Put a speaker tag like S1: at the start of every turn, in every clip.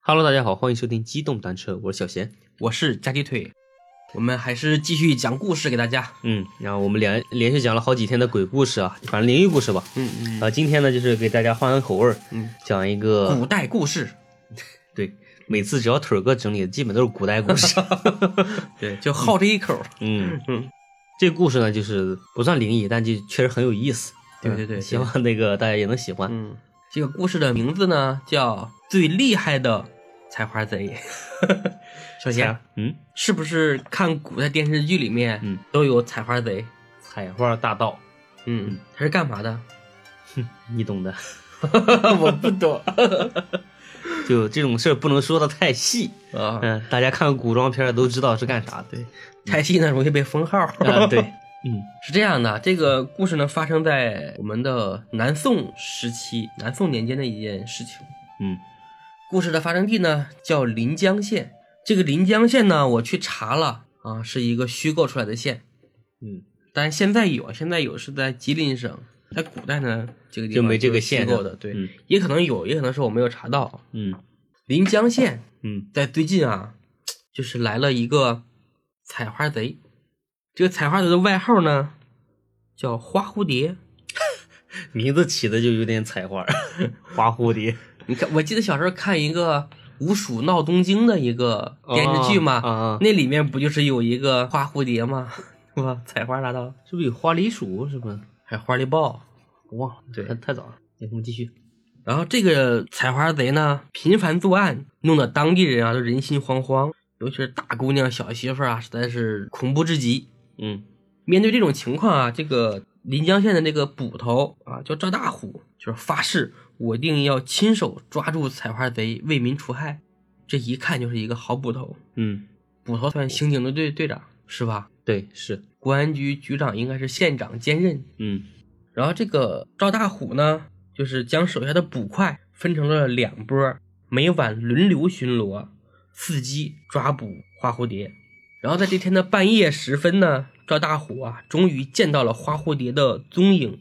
S1: Hello，大家好，欢迎收听机动单车，我是小贤。
S2: 我是加鸡腿，我们还是继续讲故事给大家。
S1: 嗯，然后我们连连续讲了好几天的鬼故事啊，反正灵异故事吧。
S2: 嗯嗯
S1: 啊，今天呢就是给大家换换口味儿，
S2: 嗯，
S1: 讲一个
S2: 古代故事，
S1: 对，每次只要腿儿哥整理的，基本都是古代故事。
S2: 对，就好这一口。
S1: 嗯
S2: 嗯，
S1: 这个故事呢就是不算灵异，但就确实很有意思。
S2: 对
S1: 嗯
S2: 对对对
S1: 希望那个大家也能喜欢。
S2: 嗯，这个故事的名字呢叫《最厉害的采花 贼》。首先，
S1: 嗯，
S2: 是啊不是看古代电视剧里面，
S1: 嗯，
S2: 都有采花贼？
S1: 采花大盗，
S2: 嗯，他是干嘛的？
S1: 你懂的。
S2: 我不懂。
S1: 就这种事儿不能说的太细。
S2: 啊，
S1: 嗯，大家看古装片儿都知道是干啥的。对，
S2: 太细呢容易被封 号。
S1: 啊，对，嗯
S2: 是这样的，这个故事呢发生在我们的南宋时期，南宋年间的一件事情。
S1: 嗯
S2: 故事的发生地呢叫临江县。这个临江县呢，我去查了啊，是一个虚构出来的县，
S1: 嗯，
S2: 但是现在有，现在有是在吉林省，在古代呢，这个地
S1: 就
S2: 方
S1: 没这个
S2: 就是虚
S1: 县是
S2: 构
S1: 吧
S2: 的，对，
S1: 嗯
S2: 也可能有，也可能是我没有查到。
S1: 嗯
S2: 临江县
S1: 嗯，
S2: 在最近啊，就是来了一个采花贼，这个采花贼的外号呢叫花蝴蝶。
S1: 名字起的就有点采花儿， 花蝴蝶
S2: 你看，我记得小时候看一个《吴蜀闹东京》的一个电视剧嘛，
S1: 啊啊，
S2: 那里面不就是有一个花蝴蝶吗？ 是吧？采花大盗，
S1: 是不是有花梨鼠？是不是？
S2: 还有花狸豹。
S1: 我忘了，
S2: 对
S1: 太太早了。行我们继续。
S2: 然后这个采花贼呢，频繁作案，弄得当地人啊都人心惶惶，尤其是大姑娘、小媳妇儿啊，实在是恐怖至极。
S1: 嗯
S2: 面对这种情况啊，这个临江县的那个捕头啊，叫赵大虎，就是发誓我定要亲手抓住采花贼，为民除害。这一看就是一个好捕头，
S1: 嗯，
S2: 捕头算刑警的队队长是吧？
S1: 对，是，
S2: 公安局局长应该是县长兼任。
S1: 嗯
S2: 然后这个赵大虎呢，就是将手下的捕快分成了两波，每晚轮流巡逻，伺机抓捕花蝴蝶。然后在这天的半夜时分呢，赵大虎啊，终于见到了花蝴蝶的踪影。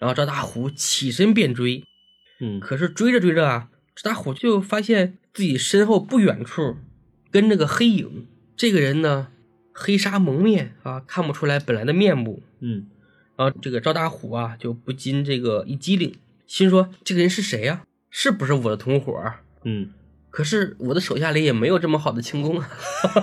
S2: 然后赵大虎起身便追，
S1: 嗯
S2: 可是追着追着啊，赵大虎就发现自己身后不远处跟着个黑影。这个人呢，黑纱蒙面啊，看不出来本来的面目。
S1: 嗯
S2: 然后呃这个赵大虎啊就不禁这个一激灵，心说这个人是谁呀、是不是我的同伙儿？
S1: 嗯
S2: 可是我的手下里也没有这么好的轻功啊。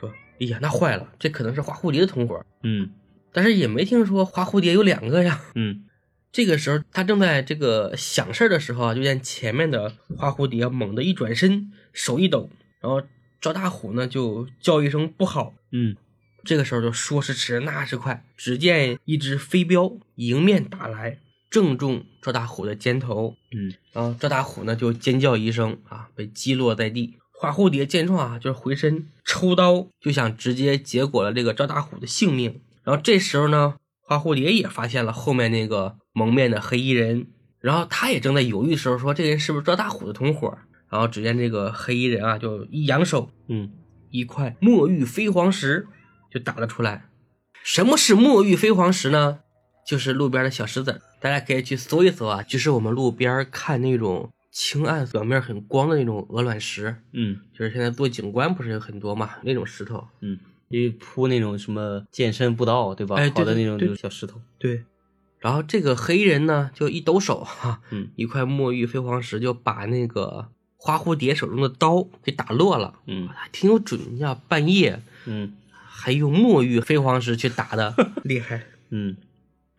S2: 说，哎呀，那坏了，这可能是花蝴蝶的同伙儿，
S1: 嗯
S2: 但是也没听说花蝴蝶有两个呀。
S1: 嗯
S2: 这个时候，他正在这个想事儿的时候啊，就见前面的花蝴蝶啊猛地一转身，手一抖，然后赵大虎呢就叫一声不好，
S1: 嗯
S2: 这个时候就说时迟，那时快，只见一只飞镖迎面打来，正中赵大虎的肩头。
S1: 嗯
S2: 然后赵大虎呢就尖叫一声啊，被击落在地。花蝴蝶见状啊，就是回身抽刀，就想直接结果了这个赵大虎的性命。然后这时候呢，花蝴蝶也发现了后面那个蒙面的黑衣人，然后他也正在犹豫的时候说，这个人是不是赵大虎的同伙？然后只见这个黑衣人啊，就一扬手，
S1: 嗯
S2: 一块墨玉飞黄石就打了出来。什么是墨玉飞黄石呢？就是路边的小石子儿，大家可以去搜一搜啊，就是我们路边儿看那种青暗表面很光的那种鹅卵石，
S1: 嗯
S2: 就是现在做景观不是有很多嘛，那种石头。
S1: 嗯，因为铺那种什么健身步道，对吧？
S2: 哎
S1: 好
S2: 对
S1: 的那
S2: 对
S1: 种
S2: 对
S1: 就是小石头。
S2: 对。然后这个黑衣人呢，就一抖手哈、
S1: 嗯
S2: 一块墨玉飞黄石就把那个花蝴蝶手中的刀给打落了，
S1: 嗯
S2: 还挺有准，你想半夜
S1: 嗯
S2: 还用墨玉飞黄石去打的， 厉害。
S1: 嗯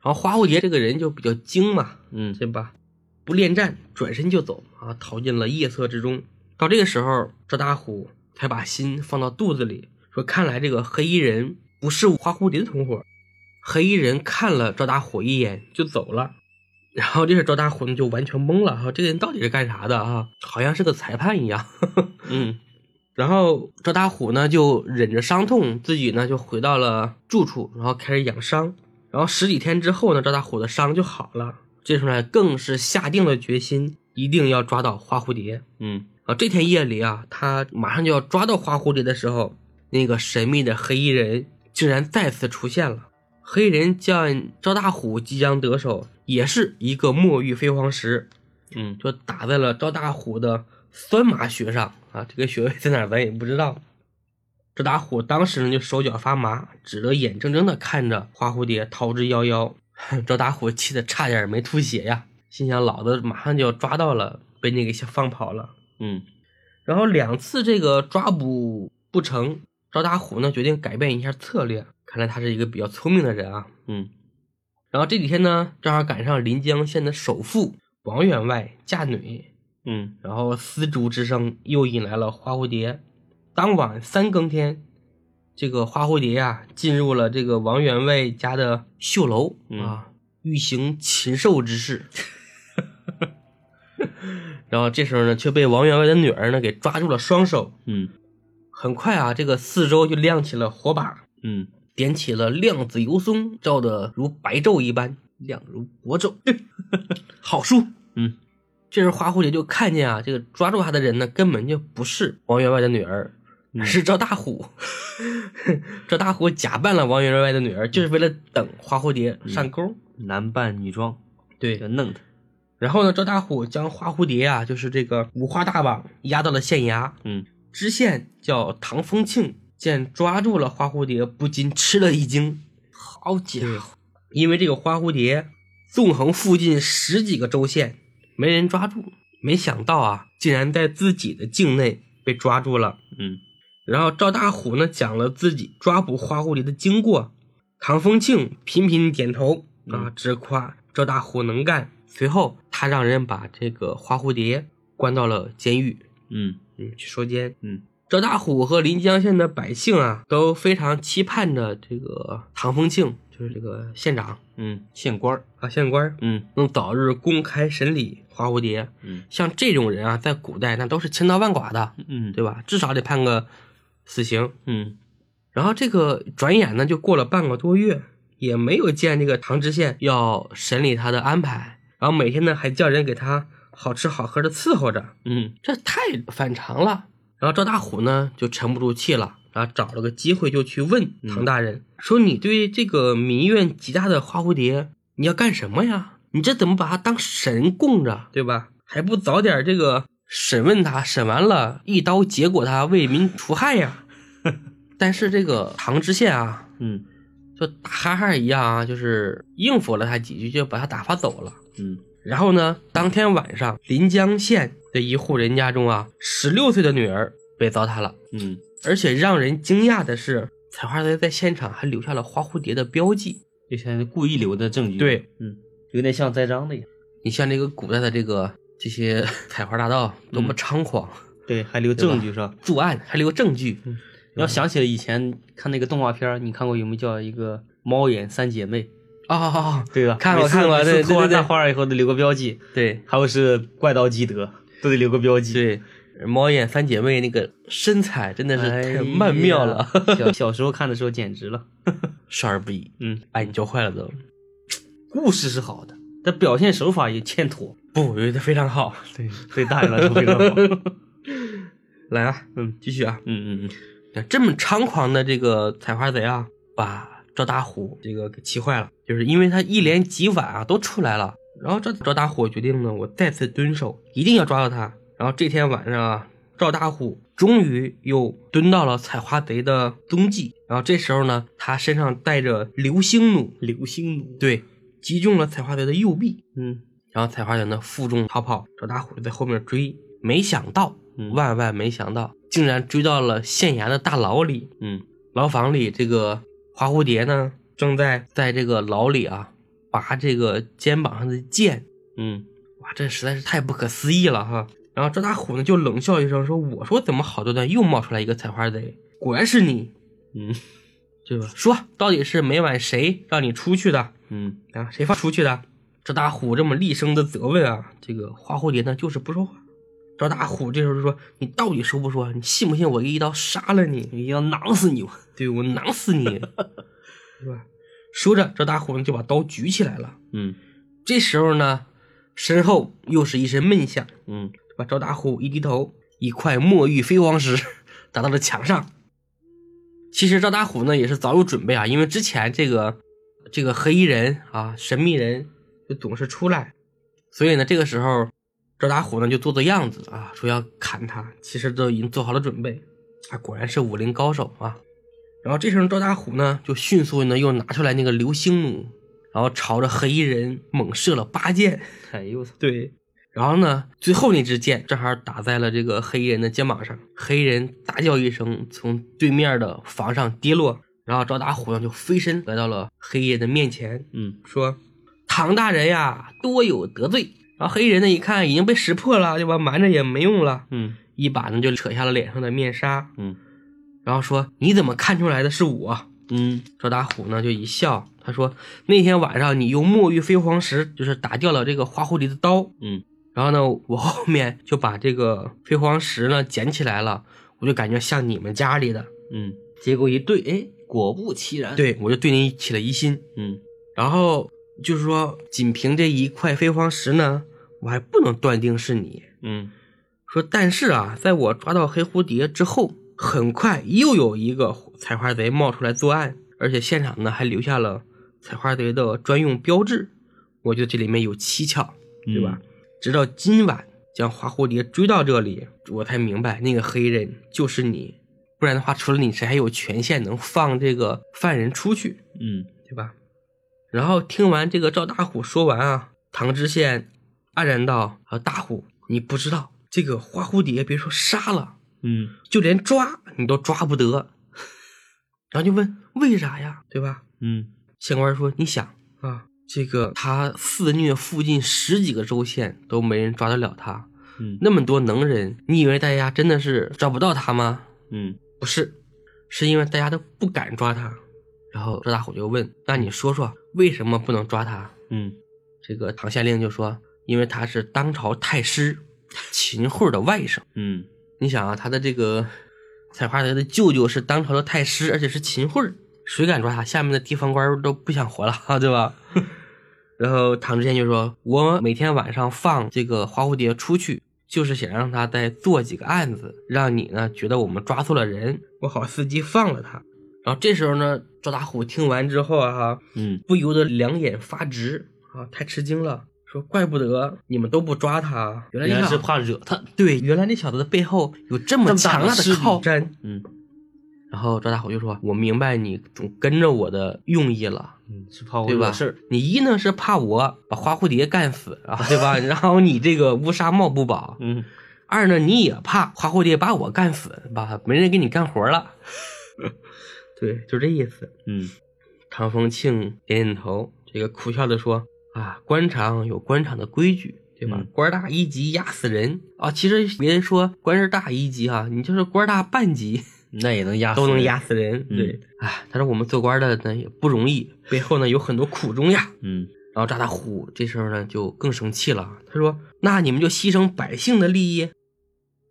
S2: 然后花蝴蝶这个人就比较精嘛，
S1: 嗯
S2: 对吧？不恋战，转身就走啊，逃进了夜色之中。到这个时候，赵大虎才把心放到肚子里，说：“看来这个黑衣人不是花蝴蝶的同伙。”黑衣人看了赵大虎一眼就走了。然后这时赵大虎呢就完全懵了，说：“这个人到底是干啥的啊？好像是个裁判一样。”
S1: 嗯
S2: 然后赵大虎呢就忍着伤痛，自己呢就回到了住处，然后开始养伤。然后十几天之后呢，赵大虎的伤就好了。这时候呢，更是下定了决心，一定要抓到花蝴蝶
S1: 嗯
S2: 啊！这天夜里啊，他马上就要抓到花蝴蝶的时候，那个神秘的黑衣人竟然再次出现了。黑衣人见赵大虎即将得手，也是一个墨玉飞黄石，
S1: 嗯
S2: 就打在了赵大虎的酸麻学上啊，这个穴位在哪儿咱也不知道。这打虎当时呢就手脚发麻，只得眼睁睁的看着花蝴蝶逃之夭夭。 这打虎气得差点没吐血呀，心想老子马上就要抓到了，被那个小放跑了。
S1: 嗯
S2: 然后两次这个抓捕不成，赵大虎呢决定改变一下策略。看来他是一个比较聪明的人啊。
S1: 嗯
S2: 然后这几天呢，正好赶上临江县的首富王员外嫁女，
S1: 嗯
S2: 然后丝竹之声又引来了花蝴蝶。当晚三更天，这个花蝴蝶呀、进入了这个王员外家的绣楼、
S1: 嗯
S2: 啊，欲行禽兽之事。 然后这时候呢，却被王员外的女儿呢给抓住了双手。
S1: 嗯
S2: 很快啊，这个四周就亮起了火把，
S1: 嗯，
S2: 点起了亮子油松，照得如白昼一般，亮如薄昼。 好书，
S1: 嗯，
S2: 这时候花蝴蝶就看见啊，这个抓住他的人呢，根本就不是王员外的女儿，
S1: 嗯
S2: 是赵大虎。 赵大虎假扮了王员外的女儿，就是为了等花蝴蝶
S1: 嗯
S2: 上钩。
S1: 男扮女装，
S2: 对
S1: 给，弄他。
S2: 然后呢，赵大虎将花蝴蝶啊，就是这个五花大绑，押到了县衙。
S1: 嗯
S2: 知县叫唐风庆，见抓住了花蝴蝶，不禁吃了一惊。好家伙！因为这个花蝴蝶纵横附近十几个州县，没人抓住，没想到啊，竟然在自己的境内被抓住了。
S1: 嗯
S2: 然后赵大虎呢讲了自己抓捕花蝴蝶的经过，唐风庆频频点头啊，直夸赵大虎能干。随后他让人把这个花蝴蝶关到了监狱，
S1: 嗯
S2: 嗯，去收监。
S1: 嗯
S2: 赵大虎和临江县的百姓啊，都非常期盼着这个唐风庆，就是这个县长
S1: 嗯，县官儿。
S2: 啊，县官儿
S1: 嗯
S2: 能早日公开审理花蝴蝶。
S1: 嗯
S2: 像这种人啊，在古代那都是千刀万剐的，
S1: 嗯，
S2: 对吧？至少得判个死刑。
S1: 嗯
S2: 然后这个转眼呢，就过了半个多月，也没有见这个唐知县要审理他的安排，然后每天呢还叫人给他好吃好喝的伺候着，
S1: 嗯
S2: 这太反常了。然后赵大虎呢就沉不住气了，然后找了个机会就去问唐大人、说：“你对这个民怨极大的花蝴蝶，你要干什么呀？你这怎么把他当神供着，对吧？还不早点这个审问他，审完了，一刀结果他，为民除害呀！”但是这个唐知县啊，
S1: 嗯
S2: 就打哈哈一样啊，就是应付了他几句，就把他打发走了。
S1: 嗯
S2: 然后呢，当天晚上，临江县的一户人家中啊，十六岁的女儿被糟蹋了。
S1: 嗯
S2: 而且让人惊讶的是，采花队在现场还留下了花蝴蝶的标记。
S1: 这些故意留的证据。
S2: 对，
S1: 嗯，有点像栽赃的呀。
S2: 你像这个古代的这个这些采花大盗多么猖狂，
S1: 对，还留
S2: 对吧
S1: 证据是吧？
S2: 作案还留证据。
S1: 你要想起来以前看那个动画片儿，你看过有没有叫一个《猫眼三姐妹》？
S2: 哦哦哦，
S1: 对吧？
S2: 看过
S1: 每次
S2: 看过
S1: 每次
S2: 对对
S1: 扣完
S2: 对对
S1: 大花儿以后得留个标记，
S2: 对
S1: 还有是怪盗基德都得留个标记。
S2: 对，猫眼三姐妹那个身材真的
S1: 哎
S2: 是
S1: 呀，
S2: 太曼妙了，
S1: 小小时候看的时候简直了。
S2: 少儿不宜。
S1: 嗯，
S2: 哎，你教坏了都。
S1: 故事是好的，但表现手法也欠妥。
S2: 不，我觉得非常好。
S1: 对，对大人来说非常好。
S2: 来啊，嗯，继续啊。
S1: 嗯嗯
S2: 那这么猖狂的这个采花贼啊，把赵大虎这个给气坏了，就是因为他一连几晚啊都出来了。然后赵赵大虎决定呢，我再次蹲守，一定要抓到他。然后这天晚上啊，赵大虎终于又蹲到了采花贼的踪迹。然后这时候呢，他身上带着流星弩，
S1: 嗯，流星弩。
S2: 对，击中了采花贼的右臂。
S1: 嗯
S2: 然后采花贼呢负重逃跑，赵大虎就在后面追。没想到，
S1: 嗯
S2: 万万没想到，竟然追到了县衙的大牢里。
S1: 嗯
S2: 牢房里这个花蝴蝶呢，正在在这个牢里啊拔这个肩膀上的剑，
S1: 嗯
S2: 哇，这实在是太不可思议了哈。然后赵大虎呢就冷笑一声说：“我说怎么好端端又冒出来一个采花贼，果然是你，
S1: 嗯
S2: 对吧？说到底是每晚谁让你出去的
S1: 嗯
S2: 啊？谁放出去的？”赵大虎这么厉声的责问啊，这个花蝴蝶呢就是不说话。赵大虎这时候就说：“你到底说不说？你信不信我一刀杀了你？”
S1: 嗯，要囊死你！
S2: 对我囊死你， 是吧？说着，这大伙呢就把刀举起来了。
S1: 嗯
S2: 这时候呢，身后又是一声闷响，
S1: 嗯
S2: 把赵大虎一低头，一块墨玉飞黄石打到了墙上。其实赵大虎呢也是早有准备啊，因为之前这个这个黑衣人啊、神秘人就总是出来，所以呢这个时候这打虎呢就做做样子啊，说要砍他，其实都已经做好了准备。啊，果然是武林高手啊！然后这时候赵大虎呢就迅速呢又拿出来那个流星弩，然后朝着黑衣人猛射了八箭。
S1: 哎呦我操！
S2: 对，然后呢，最后那支箭正好打在了这个黑衣人的肩膀上，黑衣人大叫一声，从对面的房上跌落，然后赵大虎呢就飞身来到了黑衣人的面前，
S1: 嗯，
S2: 说：“唐大人呀，多有得罪。”然后黑衣人呢一看已经被识破了，对吧？瞒着也没用了，
S1: 嗯
S2: 一把呢就扯下了脸上的面纱，
S1: 嗯
S2: 然后说：“你怎么看出来的是我？”
S1: 嗯
S2: 赵大虎呢就一笑，他说：“那天晚上你用墨玉飞黄石，就是打掉了这个花蝴蝶的刀，
S1: 嗯，
S2: 然后呢，我后面就把这个飞黄石呢捡起来了，我就感觉像你们家里的，
S1: 嗯，结果一对，哎，果不其然，，
S2: 对我就对你起了疑心。
S1: 嗯
S2: 然后就是说，仅凭这一块飞黄石呢，我还不能断定是你。
S1: 嗯
S2: 说，但是啊，在我抓到黑蝴蝶之后，很快又有一个采花贼冒出来作案，而且现场呢还留下了采花贼的专用标志，我觉得这里面有蹊跷，对吧？
S1: 嗯
S2: 直到今晚将花蝴蝶追到这里，我才明白那个黑人就是你，不然的话，除了你，谁还有权限能放这个犯人出去？
S1: 嗯
S2: 对吧？然后听完这个赵大虎说完啊，唐知县黯然道：“啊，大虎，你不知道这个花蝴蝶，别说杀了，
S1: 嗯
S2: 就连抓你都抓不得。” 然后就问为啥呀，对吧？
S1: 嗯
S2: 县官说：“你想啊，这个他肆虐附近十几个州县都没人抓得了他，
S1: 嗯
S2: 那么多能人，你以为大家真的是抓不到他吗？
S1: 嗯
S2: 不是，是因为大家都不敢抓他。”然后赵大虎就问：“那你说说为什么不能抓他？”
S1: 嗯
S2: 这个唐县令就说，因为他是当朝太师秦桧的外甥。
S1: 嗯
S2: 你想啊，他的这个采花贼的舅舅是当朝的太师，而且是秦桧，谁敢抓他？下面的地方官儿都不想活了， 对吧？然后唐知县就说，我每天晚上放这个花蝴蝶出去，就是想让他再做几个案子，让你呢觉得我们抓错了人，我好伺机放了他。然后这时候呢，赵大虎听完之后啊，
S1: 嗯
S2: 不由得两眼发直啊，太吃惊了，说怪不得你们都不抓他，原来
S1: 原
S2: 这
S1: 来是
S2: 小
S1: 怕惹他，
S2: 对，原来那小子的背后有这么
S1: 这么大
S2: 强
S1: 的
S2: 大
S1: 势
S2: 的
S1: 力
S2: 靠山。
S1: 嗯
S2: 然后赵大虎就说：“我明白你总跟着我的用意了，
S1: 嗯，是怕我
S2: 对吧？
S1: 惹事儿，
S2: 你一呢是怕我把花蝴蝶干死啊，对吧？ 然后你这个乌纱帽不保。
S1: 嗯
S2: 二呢你也怕花蝴蝶把我干死，把没人给你干活了。 对，就这意思。
S1: 嗯
S2: 唐风庆点点头，这个苦笑的说：“啊，官场有官场的规矩，对吧？
S1: 嗯
S2: 官大一级压死人啊！其实别说官是大一级啊，你就是官大半级
S1: 那也能压死
S2: 都能
S1: 人，
S2: 压死人。
S1: 嗯
S2: 对，哎，他说我们做官的呢也不容易，背后呢有很多苦衷呀。”
S1: 嗯
S2: 然后赵大虎这时候呢就更生气了，他说：“那你们就牺牲百姓的利益？”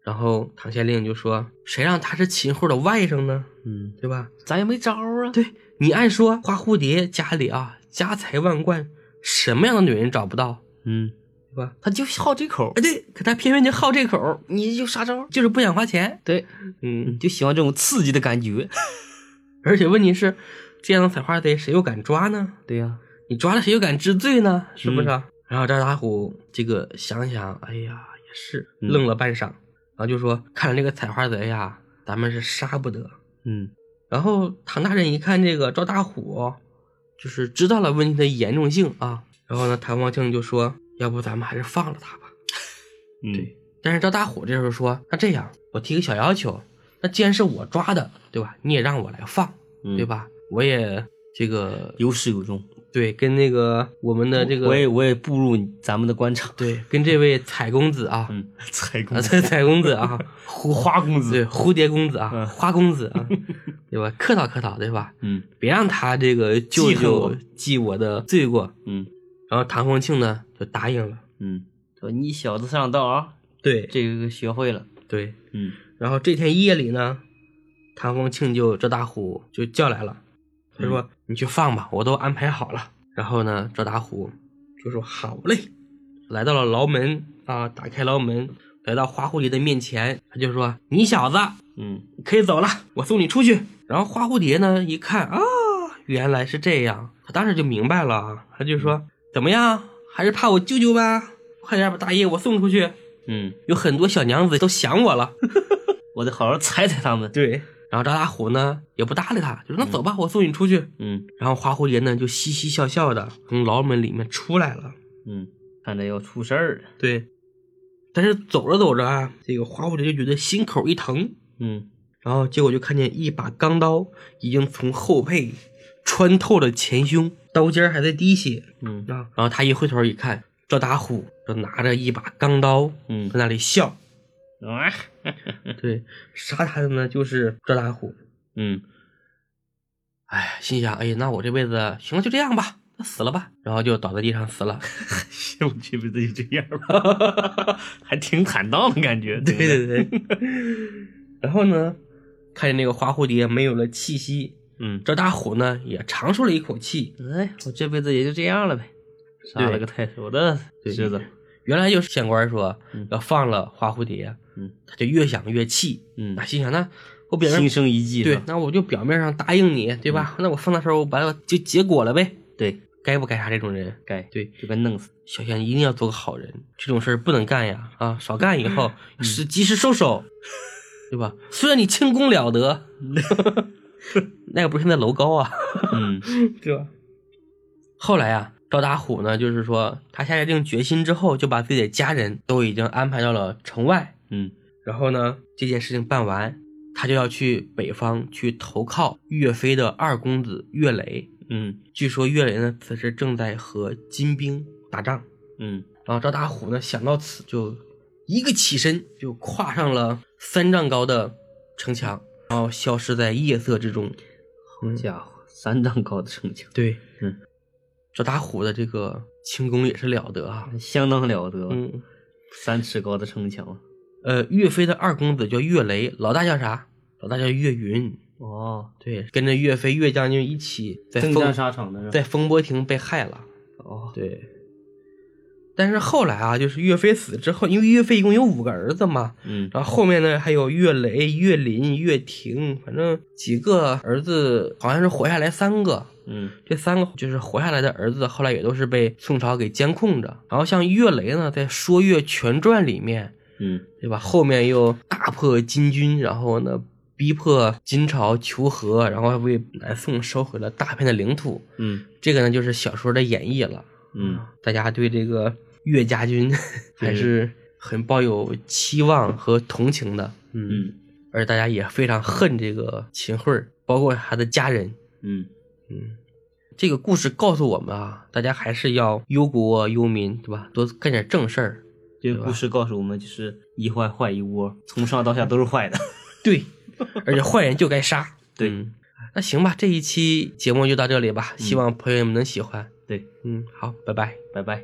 S2: 然后唐县令就说：“谁让他是秦桧的外甥呢？
S1: 嗯，
S2: 对吧？
S1: 咱也没招儿啊，
S2: 对你按说花蝴蝶家里啊，家财万贯，什么样的女人找不到，
S1: 嗯，
S2: 对吧？
S1: 他就好这口儿
S2: 哎，，对，可他偏偏就好这口儿，
S1: 你就杀招儿，
S2: 就是不想花钱。
S1: 对，
S2: 嗯，
S1: 就喜欢这种刺激的感觉，
S2: 而且问题是，这样的采花贼谁又敢抓呢？
S1: 对呀，
S2: 你抓了谁又敢治罪呢？是不是啊？然后赵大虎这个想想，哎呀，也是
S1: 嗯
S2: 愣了半晌，然后就说：“看来这个采花贼呀，咱们是杀不得。”
S1: 嗯
S2: 然后唐大人一看这个赵大虎，就是知道了问题的严重性啊，然后呢，谭王庆就说：“要不咱们还是放了他吧。
S1: 嗯
S2: 对”但是赵大虎这时候说：“那这样，我提个小要求，那既然是我抓的，对吧？你也让我来放，
S1: 嗯
S2: 对？吧？我也这个
S1: 有始有终，
S2: 对，跟那个我们的这个
S1: 我也我也步入咱们的官场，
S2: 对，跟这位彩公子啊，
S1: 嗯，财
S2: 啊，彩彩公子啊，
S1: 胡花公子，
S2: 对，蝴蝶公子啊，
S1: 嗯
S2: 花公子啊，对吧？客套客套，对吧？
S1: 嗯
S2: 别让他这个舅
S1: 记恨
S2: 舅
S1: 我
S2: 记我的罪过。
S1: 嗯
S2: 然后唐风庆呢就答应了。
S1: 嗯，说你小子上道啊，
S2: 对
S1: 这个学会了，
S2: 对。
S1: 嗯
S2: 然后这天夜里呢，唐风庆就赵大虎就叫来了，他说：“你去放吧，我都安排好了。”然后呢，赵大虎就说：“好嘞。”来到了牢门啊，打开牢门，来到花蝴蝶的面前，他就说：“你小子
S1: 嗯
S2: 可以走了，我送你出去。”然后花蝴蝶呢一看啊，原来是这样，他当时就明白了啊，他就说：“怎么样，还是怕我舅舅吧？”快点把大爷我送出去！
S1: 嗯，
S2: 有很多小娘子都想我了。
S1: 我得好好踩踩他们。
S2: 对，然后张大虎呢也不搭理他，就说那走吧，我送你出去。
S1: 嗯
S2: 然后花蝴蝶呢就嘻嘻笑笑的从牢门里面出来了。
S1: 嗯，看着要出事儿了。
S2: 对，但是走着走着啊，这个花蝴蝶就觉得心口一疼，
S1: 嗯，
S2: 然后结果就看见一把钢刀已经从后背穿透了前胸，刀尖儿还在滴血
S1: 嗯
S2: 啊。然后他一回头一看，赵打虎正拿着一把钢刀
S1: 嗯
S2: 在那里笑。
S1: 啊，
S2: 对，杀他的呢就是赵打虎。
S1: 嗯
S2: 哎，心想，哎，那我这辈子行了，就这样吧，那死了吧。然后就倒在地上死了。
S1: 我这辈子就这样吧， 还挺坦荡的感 觉。对不
S2: 对对对。 然后呢，看见那个花蝴蝶没有了气息，
S1: 嗯，
S2: 这大虎呢也长舒了一口气。啊
S1: 哎，我这辈子也就这样了呗，杀了个太守的
S2: 对
S1: 侄子。
S2: 原来就是县官说
S1: 嗯
S2: 要放了花蝴蝶，
S1: 嗯
S2: 他就越想越气，
S1: 嗯
S2: 那，心想那我表
S1: 心
S2: 面
S1: 生一计
S2: 对
S1: 是，吧嗯
S2: 那我就表面上答应你，对吧？那我放的时候我把我就结果了呗，
S1: 对，
S2: 该不该杀这种人？
S1: 该
S2: 对，
S1: 就该弄死。
S2: 小燕一定要做个好人，这种事儿不能干呀！啊，少干以后是及时收手，对吧？虽然你庆功了得， 那也不是现在楼高啊，
S1: 嗯
S2: 对吧？后来啊，赵打虎呢，就是说他下定决心之后，就把自己的家人都已经安排到了城外。
S1: 嗯
S2: 然后呢，这件事情办完，他就要去北方去投靠岳飞的二公子岳雷。
S1: 嗯
S2: 据说岳雷呢，此时正在和金兵打仗。
S1: 嗯
S2: 然后赵大虎呢，想到此就一个起身，就跨上了三丈高的城墙，然后消失在夜色之中。
S1: 好家伙，三丈高的城墙，
S2: 对，
S1: 嗯，
S2: 赵大虎的这个轻功也是了得啊。
S1: 相当了得。
S2: 嗯，
S1: 三尺高的城墙。啊
S2: 呃，岳飞的二公子叫岳雷，老大叫啥？老大叫岳云。
S1: 哦，
S2: 对，跟着岳飞、岳将军一起在
S1: 征
S2: 风
S1: 战沙场的是吧？
S2: 在风波亭被害了。
S1: 哦，
S2: 对。但是后来啊，就是岳飞死之后，因为岳飞一共有五个儿子嘛，
S1: 嗯
S2: 然后后面呢还有岳雷、岳林、岳霆，反正几个儿子好像是活下来三个，
S1: 嗯
S2: 这三个就是活下来的儿子，后来也都是被宋朝给监控着。然后像岳雷呢，在《说岳全传》里面，
S1: 嗯
S2: 对吧？后面又大破金军，然后呢逼迫金朝求和，然后为南宋收回了大片的领土。
S1: 嗯
S2: 这个呢就是小说的演绎了。
S1: 嗯，
S2: 大家对这个岳家军还是很抱有期望和同情的。嗯，
S1: 嗯
S2: 而大家也非常恨这个秦桧儿，包括他的家人。
S1: 嗯
S2: 嗯，这个故事告诉我们啊，大家还是要忧国忧民，对吧？多干点正事儿。
S1: 这个故事告诉我们，就是一坏坏一窝，从上 到下都是坏的。
S2: 对， 而且坏人就该杀。
S1: 对嗯
S2: 嗯那行吧，这一期节目就到这里吧，希望朋友们能喜欢。
S1: 对，
S2: 嗯，好，拜拜。
S1: 拜拜。